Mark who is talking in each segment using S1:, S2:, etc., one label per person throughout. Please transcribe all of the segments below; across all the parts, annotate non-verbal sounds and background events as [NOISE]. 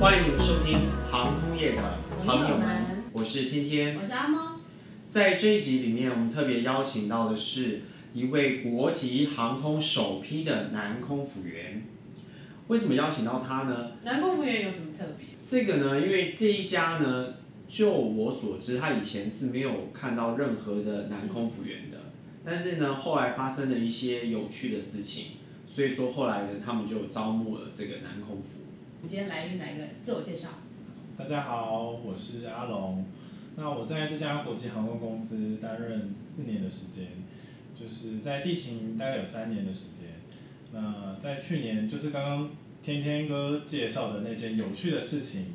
S1: 欢迎你们收听航空业的朋友们，我是天天。
S2: 我是阿猫，
S1: 在这一集里面，我们特别邀请到的是一位国籍航空首批的男空服员。为什么邀请到他呢？
S2: 男空服员有什么特别？
S1: 这个呢，因为这一家呢，就我所知，他以前是没有看到任何的男空服员的，但是呢，后来发生了一些有趣的事情，所以说后来呢，他们就招募了这个男空服。
S2: 你今天来运哪一个？自我介绍。
S3: 大家好，我是阿龙。那我在这家国际航空公司担任四年的时间，就是在地勤大概有三年的时间。那在去年，就是刚刚天天哥介绍的那件有趣的事情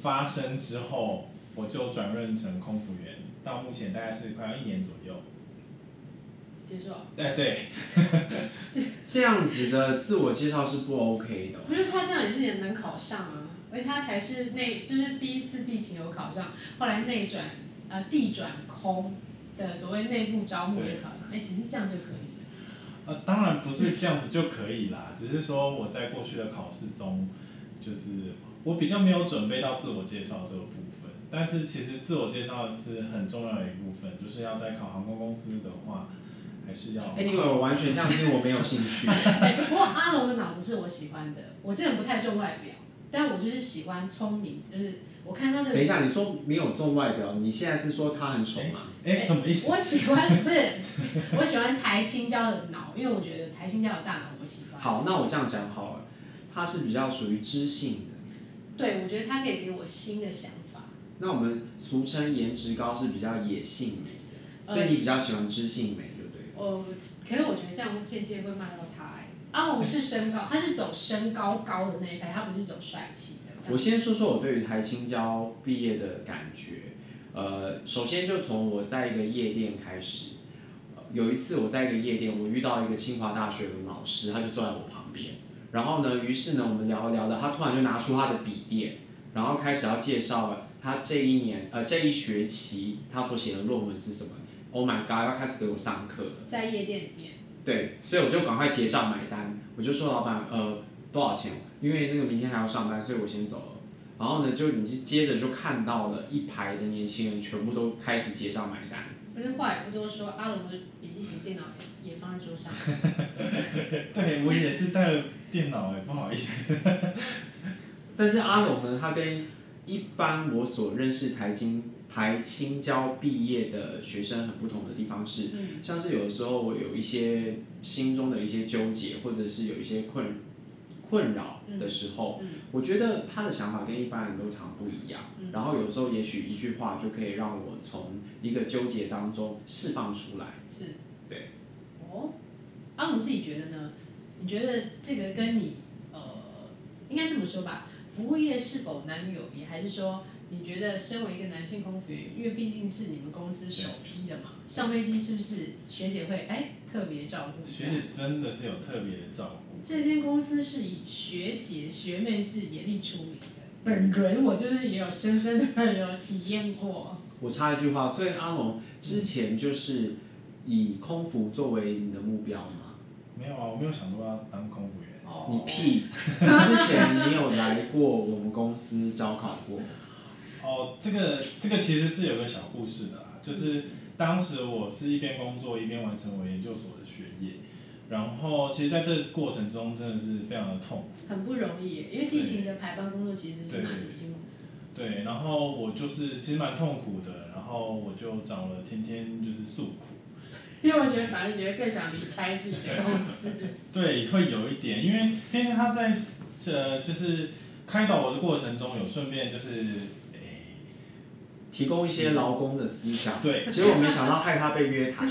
S3: 发生之后，我就转任成空服员，到目前大概是快要一年左右。
S2: 结束。
S3: 哎，对，
S1: 这样子的自我介绍是不 OK 的哦、
S2: 不是他这样也是也能考上啊，因为他还是内就是第一次地勤有考上，后来内转呃地转空的所谓内部招募也考上，哎、其实这样就可以了。
S3: 呃，当然不是这样子就可以啦，只是说我在过去的考试中，就是我比较没有准备到自我介绍这个部分，但是其实自我介绍是很重要的一部分，就是要在考航空公司的话，还是要。
S1: Anyway，我完全这样听我没有兴趣。
S2: 哎不过阿龙的脑子是我喜欢的，我这人不太重外表，但我就是喜欢聪明，就是我看他的。
S1: 等一下，你说没有重外表，你现在是说他很丑吗？
S3: 哎、什么意思？ [LAUGHS]
S2: 我喜欢不是，我喜欢台青椒的脑，因为我觉得台青椒的大脑我喜欢。
S1: 好，那我这样讲好了，他是比较属于知性的。
S2: 对，我觉得他可以给我新的想法。
S1: 那我们俗称颜值高是比较野性美的，所以你比较喜欢知性美，对不对？
S2: 哦，可是我觉得这样会间接会骂到他哎、阿龙是身高，他是走身高高的那一派，他不是走帅气的。这样
S1: 我先说说我对于台青交毕业的感觉。呃，首先就从我在一个夜店开始。呃有一次我在一个夜店，我遇到一个清华大学的老师，他就坐在我旁边。然后呢，于是呢，我们聊一聊的，他突然就拿出他的笔电，然后开始要介绍了他这一年呃这一学期他所写的论文是什么。Oh my god！要开始给我上课了。
S2: 在夜店里面，
S1: 对，所以我就赶快结账买单，我就说老板，呃，多少钱？因为那个明天还要上班，所以我先走了。然后呢，就你就接着就看到了一排的年轻人全部都开始结账买单。
S2: 可是话也不多说，阿龙的笔记型电脑也也放在桌上。
S3: 对我也是带了电脑哎、不好意思。
S1: 但是阿龙呢，他跟一般我所认识台青台青交毕业的学生很不同的地方是，
S2: 嗯，
S1: 像是有的时候我有一些心中的一些纠结，或者是有一些困困扰的时候，
S2: 嗯
S1: 我觉得他的想法跟一般人都常不一样。然后有时候也许一句话就可以让我从一个纠结当中释放出来。
S2: 是。
S1: 对。
S2: 哦，阿龙自己觉得呢？你觉得这个跟你呃，应该这么说吧？服务业是否男女有别，还是说你觉得身为一个男性空服员，因为毕竟是你们公司首批的嘛，上飞机是不是学姐会哎特别照顾一下
S3: 学？姐真的是有特别的照顾。
S2: 这间公司是以学姐学妹制严厉出名的，本人我就是也有深深的有体验过。
S1: 我插一句话，所以阿龙之前就是以空服作为你的目标吗？
S3: 没有啊，我没有想过要当空服员。
S2: 哦，
S1: 你屁！之前你有来过我们公司招考过？
S3: 哦，这个这个其实是有个小故事的啦，就是当时我是一边工作一边完成我研究所的学业，然后其实在这个过程中真的是非常的痛苦，
S2: 很不容易耶，因为地形的排班工作其实是
S3: 对
S2: 蛮辛苦的。
S3: 对，然后我就是其实蛮痛苦的，然后我就找了天天就是诉苦，
S2: 因为我觉得反而觉得更想离开自己的公司。
S3: 对，会有一点，因为天天他在呃就是开导我的过程中有顺便就是诶、
S1: 提供一些劳工的思想。
S3: 对，
S1: 结果没想到害他被约谈。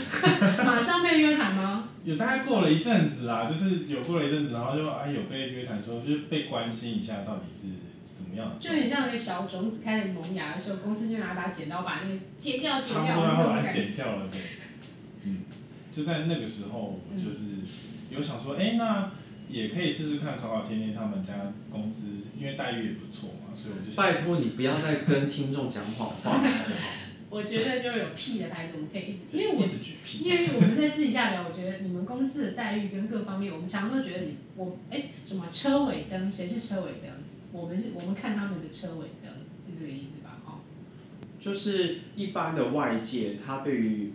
S2: 马上被约谈吗？
S3: 有大概过了一阵子啦，就是有过了一阵子，然后就啊有被约谈说，就是被关心一下到底是怎么样的
S2: 就
S3: 状
S2: 很
S3: 况，
S2: 像一个小种子开始萌芽的时候，公司就拿把剪刀把那个剪掉、剪
S3: 差不
S2: 掉
S3: 多要
S2: 那种
S3: 把它
S2: 感觉。
S3: 剪掉了，对，嗯，就在那个时候，我就是有想
S2: 嗯
S3: 说，哎、那也可以试试看考考天天他们家公司，因为待遇也不错嘛，所以我就想，
S1: 拜托你不要再跟听众讲谎话了，好不好？
S2: 我觉得就有屁的牌子，我们可以一直，因为我
S3: 一直举屁，
S2: 因为我们在私底下聊，我觉得你们公司的待遇跟各方面，我们常常都觉得你我哎、什么车尾灯，谁是车尾灯？我们是我们看他们的车尾灯，是这个意思吧？哦，
S1: 就是一般的外界，他对于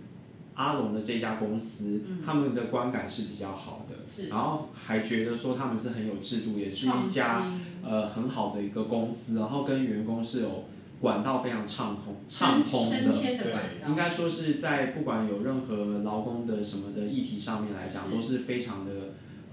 S1: 阿龙的这家公司，他们的观感是比较好的，
S2: 嗯是
S1: 然后还觉得说他们是很有制度，也是一家
S2: 创新
S1: 呃很好的一个公司，然后跟员工是有管道非常畅通畅
S2: 升
S1: 通
S2: 升
S1: 的。
S2: 迁的管道，
S1: 应该说是在不管有任何劳工的什么的议题上面来讲，
S2: 是
S1: 都是非常的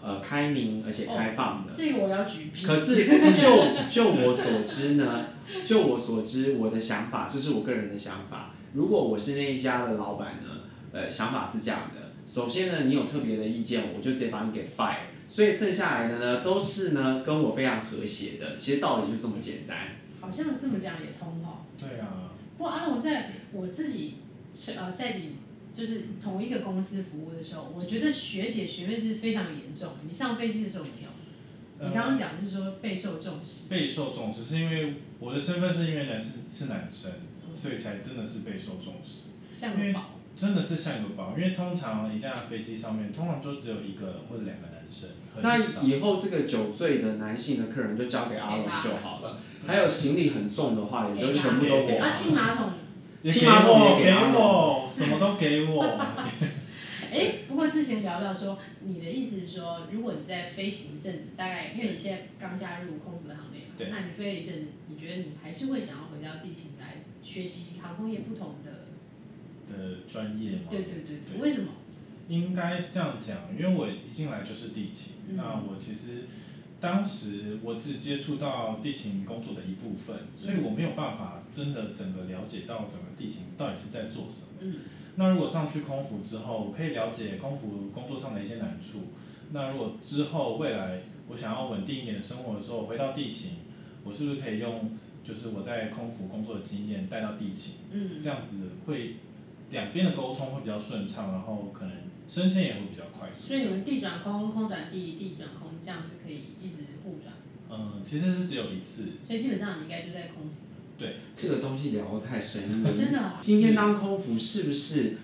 S1: 呃开明而且开放的。
S2: 这个我要举批。
S1: 可是就就我所知呢，就我所知，我的想法，这是我个人的想法。如果我是那一家的老板呢，呃，想法是这样的：首先呢，你有特别的意见，我就直接把你给 fire。所以剩下来的呢，都是呢跟我非常和谐的。其实道理就这么简单。
S2: 好像这么讲也通哦。
S3: 对啊，
S2: 不过阿龙在我自己是呃在你就是同一个公司服务的时候，我觉得学姐学妹是非常严重的。你上飞机的时候没有？你刚刚讲是说备受重视，
S3: 备受重视，是因为我的身份是因为男是是男生，
S2: 嗯
S3: 所以才真的是备受重视，
S2: 像个宝，
S3: 真的是像个宝。因为通常一架飞机上面，通常就只有一个或者两个男生，
S1: 那
S3: 很少。
S1: 以后这个酒醉的男性的客人就交给阿龙就好了。还有行李很重的话，也就全部都给阿龙。
S2: 啊，清马桶。
S3: 也
S1: 起码我
S3: 我，
S1: 也给
S3: 给
S1: 他
S3: 我，什么都给我。
S2: 哎，不过之前聊到说，你的意思是说，如果你在飞行一阵子，大概因为你现在刚加入空服的行列嘛，
S3: 对
S2: 那你飞了一阵子，你觉得你还是会想要回到地勤来学习航空业不同的，
S3: 的专业吗？
S2: 对对对对，
S3: 对
S2: 为什么？
S3: 应该是这样讲，因为我一进来就是地勤，
S2: 嗯
S3: 那我其实当时我只接触到地勤工作的一部分，所以我没有办法真的整个了解到整个地勤到底是在做什么。
S2: 嗯
S3: 那如果上去空服之后，我可以了解空服工作上的一些难处。那如果之后未来我想要稳定一点的生活的时候，我回到地勤，我是不是可以用就是我在空服工作的经验带到地勤？
S2: 嗯
S3: 这样子会两边的沟通会比较顺畅，然后可能升迁也会比较快速
S2: 所。以你们地转空，空转地，地转空，这样是可以一直互转，
S3: 嗯，其实是只有一次，
S2: 所以基本上你应该就在空服，
S1: 这个东西聊得太深入了。
S2: 真的啊、
S1: 今天当空服是不是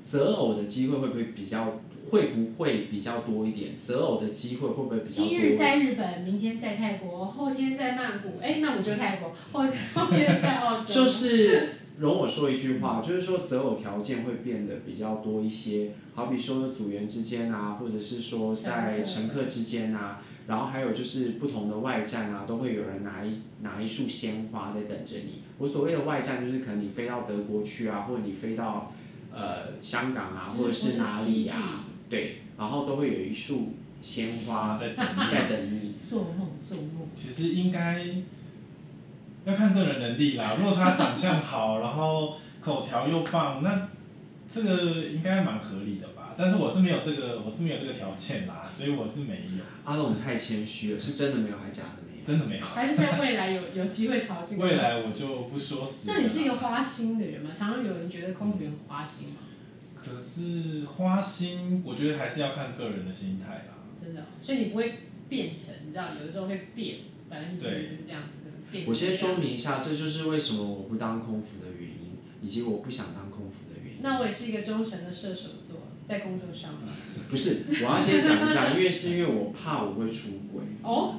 S1: 择偶的机会会不会比较会不会比较多一点？择偶的机会会不会比较多一
S2: 今日
S1: 点？
S2: 在日本，明天在泰国，后天在曼谷，哎，那我就泰国，后后哦天在哎澳洲，
S1: 就是容我说一句话，就是说择偶条件会变得比较多一些，好比说组员之间啊，或者是说在
S2: 乘
S1: 乘
S2: 客
S1: 客之间啊，然后还有就是不同的外站啊，都会有人拿一拿一束鲜花在等着你。我所谓的外站就是可能你飞到德国去啊，或者你飞到呃香港啊，
S2: 就是
S1: 或者
S2: 不是
S1: 哪里
S2: 基
S1: 啊，对，然后都会有一束鲜
S3: 然
S2: [LAUGHS]
S1: 花
S3: 后再等一
S1: 在
S3: 下。
S1: 等你。
S2: 做梦做梦，
S3: 其实应该要看个人能力啦。如果他长相好，然后口条又棒，那这个应该蛮合理的吧？但是我是没有这个，我是没有这个条件啦，所以我是没有，
S1: 阿龙，你太谦虚了，是真的没有还假的没有？
S3: 真的没有。
S2: 还是在未来有有机会朝这个。
S3: 未，来我就不说死
S2: 那
S3: 了啦。
S2: 你是一个花心的人吗？常常有人觉得空服员很花心嘛，
S3: 可是花心，我觉得还是要看个人的心态啦。
S2: 真的哦、所以你不会变成，你知道，有的时候会变，本来你明明不是这样子的，变成
S1: 我先
S2: 这样
S1: 说明一下，这就是为什么我不当空服的原因，以及我不想当空服的原因。
S2: 那我也是一个忠诚的射手座，在工作上嘛。
S1: 不是，我要先讲一下，因为是因为我怕我会出轨，
S2: 哦，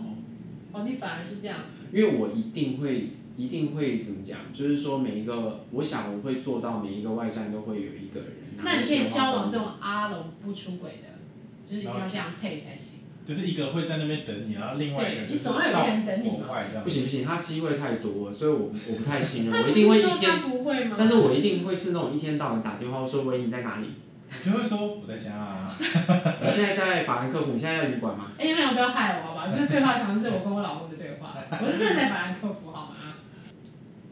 S2: 哦，你反而是这样，
S1: 因为我一定会一定会怎么讲，就是说每一个，我想我会做到每一个外站都会有一个人拿
S2: 那
S1: 一
S2: 你可以
S1: 些
S2: 交
S1: 花
S2: 往
S1: 瓣
S2: 这种阿龙不出轨的，就是一定要这样配才行。
S3: 就是一个会在那边等你，然后另外一个就是到
S2: 对你总要有一个人等你嘛
S3: 国外这样
S1: 不
S3: 子。
S1: 行不行，他机会太多了，所以我我不太信任，
S2: 他
S1: 嗯我一
S2: 不
S1: 定会
S2: 是
S1: 一
S2: 说
S1: 天，
S2: 他不会吗？
S1: 但是我一定会是那种一天到晚打电话说喂你在哪里？
S3: 你就会说我在家啊，
S1: 你现在在法兰克福，你现在在旅馆吗？
S2: 哎，你们俩不要害我好吧？这对话常是我跟我老公的对话，我是正在法兰克福好吗？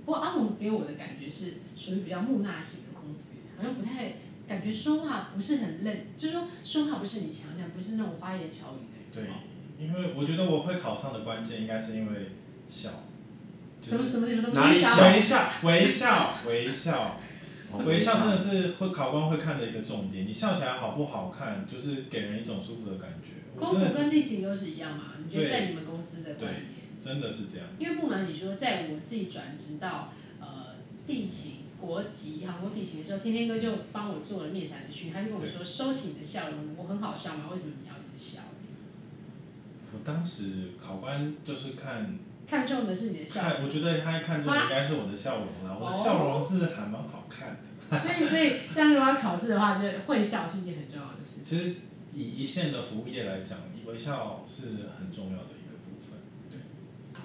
S2: 不过阿龙给我的感觉是属于比较木讷型的空服员，好像不太感觉说话不是很愣，就是说说话不是你强项，不是那种花言巧语的
S3: 对
S2: 人。，
S3: 因为我觉得我会考上的关键应该是因为笑，就
S2: 什么
S3: 是
S2: 什么你们都
S1: 哪里
S2: 小
S1: 小
S3: 微笑，微笑，微笑，
S1: 哦
S3: 微笑真的是会考官会看的一个重点。你笑起来好不好看，就是给人一种舒服的感觉。我
S2: 空服
S3: 真的
S2: 跟地勤都是一样嘛？你觉得
S3: 对
S2: 在你们公司的观点？
S3: 真的是这样，
S2: 因为不瞒你说，在我自己转职到呃地勤国籍航空地勤的时候，天天哥就帮我做了面谈的训，他就跟我说：“收起你的笑容，我很好笑吗？为什么你要一直笑
S3: 我当时考官就是看
S2: 看中的是你的笑
S3: 看，我觉得他看中的应该是我的笑容啦，我的笑容是还蛮好看的。
S2: 容，所以所以这样如果要考试的话，就会笑是一件很重要的事情。
S3: 其实以一线的服务业来讲，微笑是很重要的一个部分。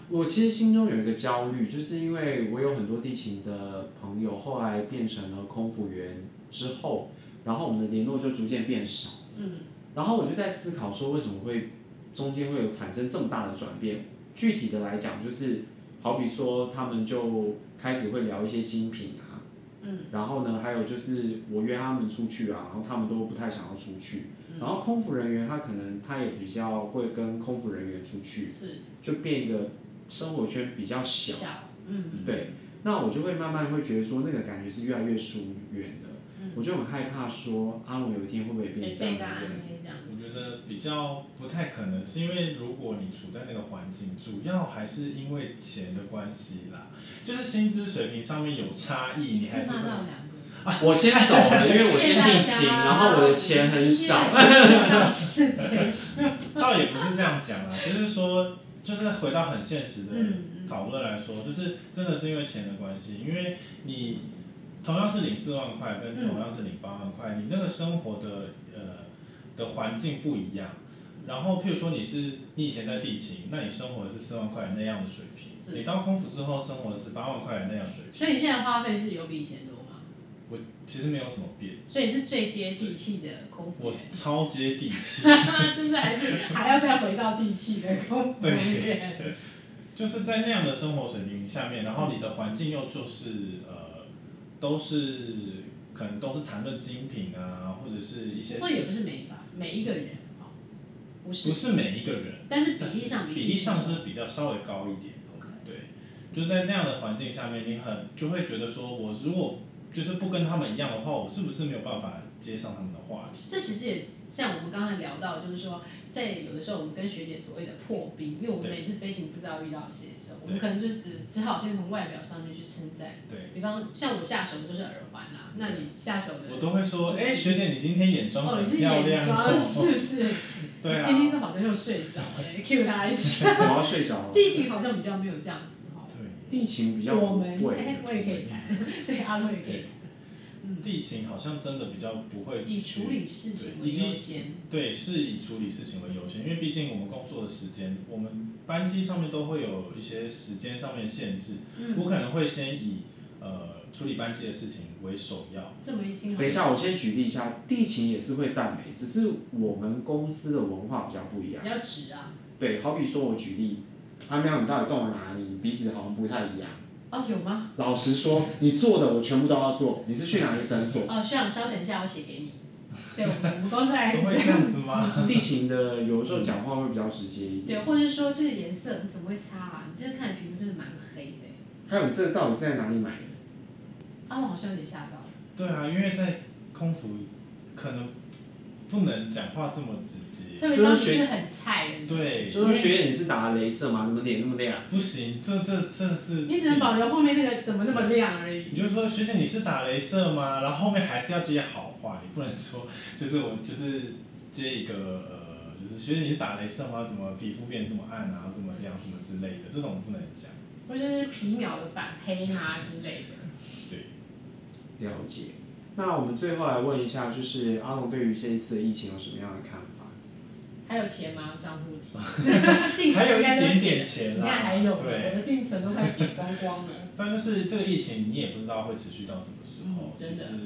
S1: 我其实心中有一个焦虑，就是因为我有很多地勤的朋友，后来变成了空服员之后，然后我们的联络就逐渐变少。
S2: 嗯，
S1: 然后我就在思考说，为什么会中间会有产生这么大的转变？具体的来讲，就是好比说他们就开始会聊一些精品啊，
S2: 嗯，
S1: 然后呢，还有就是我约他们出去啊，然后他们都不太想要出去，
S2: 嗯
S1: 然后空服人员他可能他也比较会跟空服人员出去，
S2: 是
S1: 就变一个生活圈比较小，
S2: 笑，嗯
S1: 对，那我就会慢慢会觉得说那个感觉是越来越疏远的，
S2: 嗯，
S1: 我就很害怕说阿龙有一天会不会也变
S2: 被
S1: 这样
S2: 被
S1: 的
S2: 刚刚 [LAUGHS]
S1: 人？
S2: 那这样，
S3: 我觉得比较不太可能，是因为如果你处在那个环境，主要还是因为钱的关系啦，就是薪资水平上面有差异，
S2: 一
S3: 你还
S2: 次
S3: 是
S2: 骂
S3: 会
S2: 到两个。
S1: 我先走了，因为我先定
S2: 谢谢
S1: 情，
S2: 大家
S1: 然后我的钱很少。
S2: 今天的节目到此结束
S1: [LAUGHS]
S3: 倒也不是这样讲啦，就是说，就是回到很现实的
S2: 嗯嗯
S3: 讨论来说，就是真的是因为钱的关系，因为你同样是领四万块，跟
S2: 嗯
S3: 同样是领八万块，你那个生活的呃的环境不一样。然后，譬如说你是你以前在地勤，那你生活是四万块那样的水
S2: 是
S3: 平，你当空服之后生活是八万块那样水平，
S2: 所以现在花费是有比以前多吗？
S3: 我其实没有什么变，
S2: 所以是最接地气的空服 [LAUGHS]
S3: 我
S2: 员，
S3: 超接
S2: [LAUGHS]
S3: 地气。
S2: 是不是还是还要再回到地气的空服员？
S3: 就是在那样的生活水平下面，然后你的环境又就是呃，都是可能都是谈论精品啊，或者是一些
S2: 不过也不是每吧，每一个人哦，不是，
S3: 不是每一个人，
S2: 但是比例上
S3: 比例上是比较稍微高一点，
S2: OK
S3: 对，就是在那样的环境下面，你很就会觉得说，我如果就是不跟他们一样的话，我是不是没有办法接上他们的话题？
S2: 这其实也像我们刚才聊到，就是说，在有的时候我们跟学姐所谓的破冰，因为我们
S3: 对
S2: 每次飞行不知道遇到谁的时候，我们
S3: 对
S2: 可能就是只只好先从外表上面去称赞。
S3: 对，
S2: 比方像我下手的就是耳环啦，那你下手的
S3: 我都会说，哎、学姐，你今天眼妆
S2: 哦，
S3: 很
S2: 你是
S3: 漂亮
S2: 眼妆 [LAUGHS] 是不是？
S3: 对啊，
S2: 天天都好像又睡着哎、欸、，Q 他一下。
S1: 我要睡着了。
S2: 地形好像比较没有这样子哈。
S3: 对，
S1: 地勤比较
S2: 我
S1: 不
S2: 们哎、我也
S1: 会，
S2: 可以谈，对阿洛也可以
S3: 对
S2: 谈。嗯，
S3: 地勤好像真的比较不会
S2: 以
S3: 去
S2: 处理事情为
S3: 已经
S2: 优先。
S3: 对，是以处理事情为优先，因为毕竟我们工作的时间，我们班机上面都会有一些时间上面的限制。
S2: 嗯，
S3: 我可能会先以呃处理班机的事情为首要。
S2: 这么一听好像是。
S1: 等一下，我先举例一下，地勤也是会赞美，只是我们公司的文化比较不一样
S2: 比。较直啊。
S1: 对，好比说我举例，阿喵，你到底动了哪里？鼻子好像不太一样。
S2: 哦，有吗？
S1: 老实说，你做的我全部都要做。你是去哪个诊所？
S2: 哦，学长，稍等一下，我写给你。对，我们我们公司还
S3: 都
S2: 是
S3: 会
S2: 这
S3: 这
S2: 样
S3: 样
S2: 子
S3: 子。吗？
S1: [LAUGHS] 地勤的有的时候讲话会比较直接一点。
S2: 对，或者是说这个颜色你怎么会擦啊？你这个看你皮肤真的蛮黑的欸。
S1: 还有，你这个到底是在哪里买的？
S2: 阿我好像有点吓到。
S3: 对啊，因为在空服可能不能讲话这么直接。
S2: 特别当时是很菜的。
S3: 对，
S1: 就是学姐，你是打了镭射吗？怎么脸那么啊亮？
S3: 不行，这这这是
S2: 你只能保留后面那个怎么那么亮而已。
S3: 你就说学姐你是打镭射吗？然后后面还是要接好话，你不能说 [LAUGHS] 就是我就是接一个呃，就是学姐你是打镭射吗？怎么皮肤变这么暗啊，这么亮什么之类的，这种不能讲。
S2: 或者是皮秒的反黑啊之类的。
S3: 对，
S1: 了解。那我们最后来问一下，就是阿龙对于这一次的疫情有什么样的看法？
S2: 还有钱吗？账户
S3: [LAUGHS]
S2: 里？定
S3: 还
S2: 存
S3: 有
S2: 应
S3: 一
S2: 该都
S3: 点
S2: 解
S3: 点钱
S2: 你
S3: 啦，
S2: 看还有呢，我
S3: 对，
S2: 的定存都快解光光了。
S3: 但就是这个疫情你也不知道会持续到什么时候，
S2: 嗯真的
S3: 其实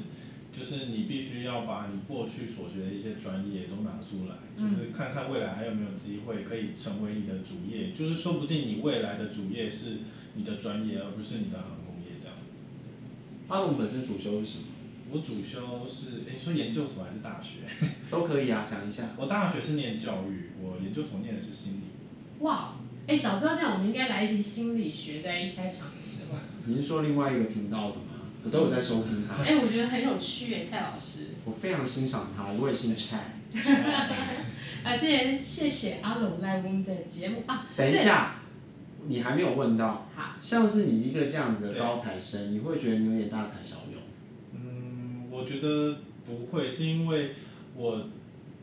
S3: 就是你必须要把你过去所学的一些专业都拿出来，
S2: 嗯
S3: 就是看看未来还有没有机会可以成为你的主业，就是说不定你未来的主业是你的专业，而不是你的航空业这样子。
S1: 阿龙本身主修是什么？
S3: 我主修是，诶，说研究所还是大学？
S1: 都可以啊，讲一下。
S3: 我大学是念教育，我研究所念的是心理。
S2: 哇，哎，早知道这样，我们应该来一题心理学，在一开场的时候。
S3: [LAUGHS]
S1: 你是说另外一个频道的吗？我都有在收听他，
S2: 哎，我觉得很有趣哎，蔡老师。
S1: 我非常欣赏他，我也姓蔡。
S2: 啊，这也谢谢阿龙来我们的节目啊。
S1: 等一下，你还没有问到，
S2: 好，
S1: 像是你一个这样子的
S3: 对
S1: 高材生，你会觉得你有点大材小用。
S3: 嗯，我觉得不会，是因为我，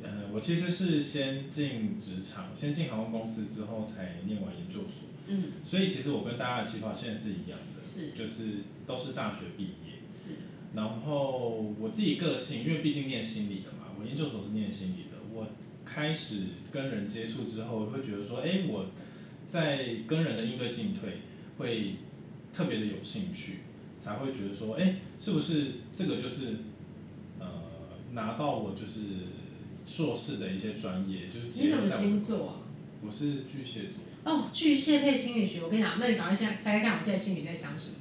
S3: 呃，我其实是先进职场，先进航空公司之后才念完研究所，
S2: 嗯，
S3: 所以其实我跟大家的起跑线是一样的，
S2: 是
S3: 就是都是大学毕业。
S2: 是，
S3: 然后我自己个性，因为毕竟念心理的嘛，我研究所是念心理的。我开始跟人接触之后，会觉得说，哎，我在跟人的应对进退会特别的有兴趣，才会觉得说，哎，是不是这个就是呃拿到我就是硕士的一些专业，就是
S2: 你
S3: 结
S2: 什
S3: 合
S2: 么
S3: 在我
S2: 星
S3: 的
S2: 座啊？
S3: 我是巨蟹座。
S2: 哦，巨蟹配心理学，我跟你讲，那你赶快现在猜猜看，我现在心里在想什么？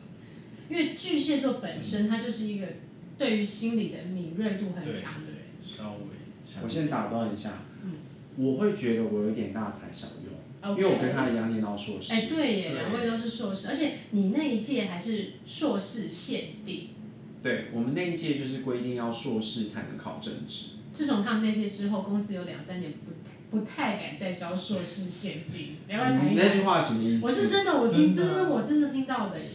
S2: 因为巨蟹座本身它就是一个对于心理的敏锐度很
S3: 对
S2: 强的人。
S3: 稍微强
S1: 我先打断一下，
S2: 嗯
S1: 我会觉得我有点大材小用，
S2: OK
S1: 因为我跟他一样念到硕士。
S2: 哎、对耶，
S3: 对
S2: 两位都是硕士，而且你那一届还是硕士限定。
S1: 对我们那一届就是规定要硕士才能考正职。
S2: 自从他们那届之后，公司有两三年不不太敢再招硕士限定，要不要谈
S1: 你
S2: 一
S1: 那句
S2: 谈？
S1: 话什么意思？
S2: 我是真的，我听，这
S3: 真的
S2: 是我真的听到的耶。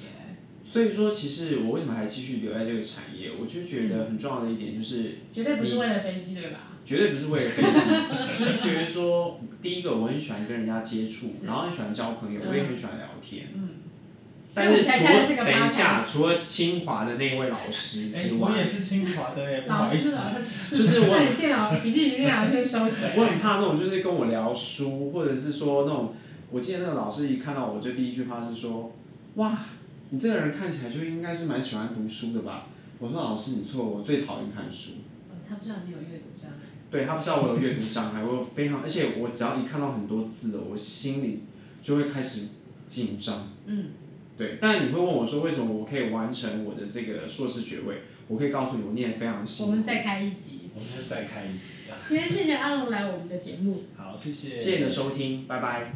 S1: 所以说，其实我为什么还继续留在这个产业？我就觉得很重要的一点就是，
S2: 绝对不是为了飞机，对吧？
S1: 绝对不是为了飞
S2: [LAUGHS]
S1: 机，就是觉得说，第一个我很喜欢跟人家接触，
S2: 是
S1: 然后很喜欢交朋友，
S2: 嗯
S1: 我也很喜欢聊天。
S2: 嗯。
S1: 但是
S2: 所以我才
S1: 除
S2: 开
S1: 了
S2: 了这个
S1: 等一下，
S2: podcast
S1: 除了清华的那位老师
S3: 哎、
S1: 之
S3: 我也
S1: 外，
S3: 是清华的哎，不
S2: 老
S3: 好意
S2: 师，
S3: 思。
S2: 老师，
S1: 就是我
S2: 那你电脑笔记本电脑先收起来。
S1: 我很怕那种就是跟我聊书，或者是说那种，我记得那个老师一看到我就第一句话是说，哇，你这个人看起来就应该是蛮喜欢读书的吧？我说老师你错了，我最讨厌看书。
S2: 哦他不知道你有阅读障碍。
S1: 对他不知道我有阅读障碍，我有非常，而且我只要一看到很多字了，我心里就会开始紧张。
S2: 嗯，
S1: 对，但你会问我说，为什么我可以完成我的这个硕士学位？我可以告诉你，我念得非常
S2: 我
S1: 辛
S2: 们
S1: 苦。
S2: 再开一集。
S3: 我们就再开一集这样。
S2: 今天谢谢阿龙来我们的节目。
S3: 好，谢谢。
S1: 谢谢你的收听，拜拜。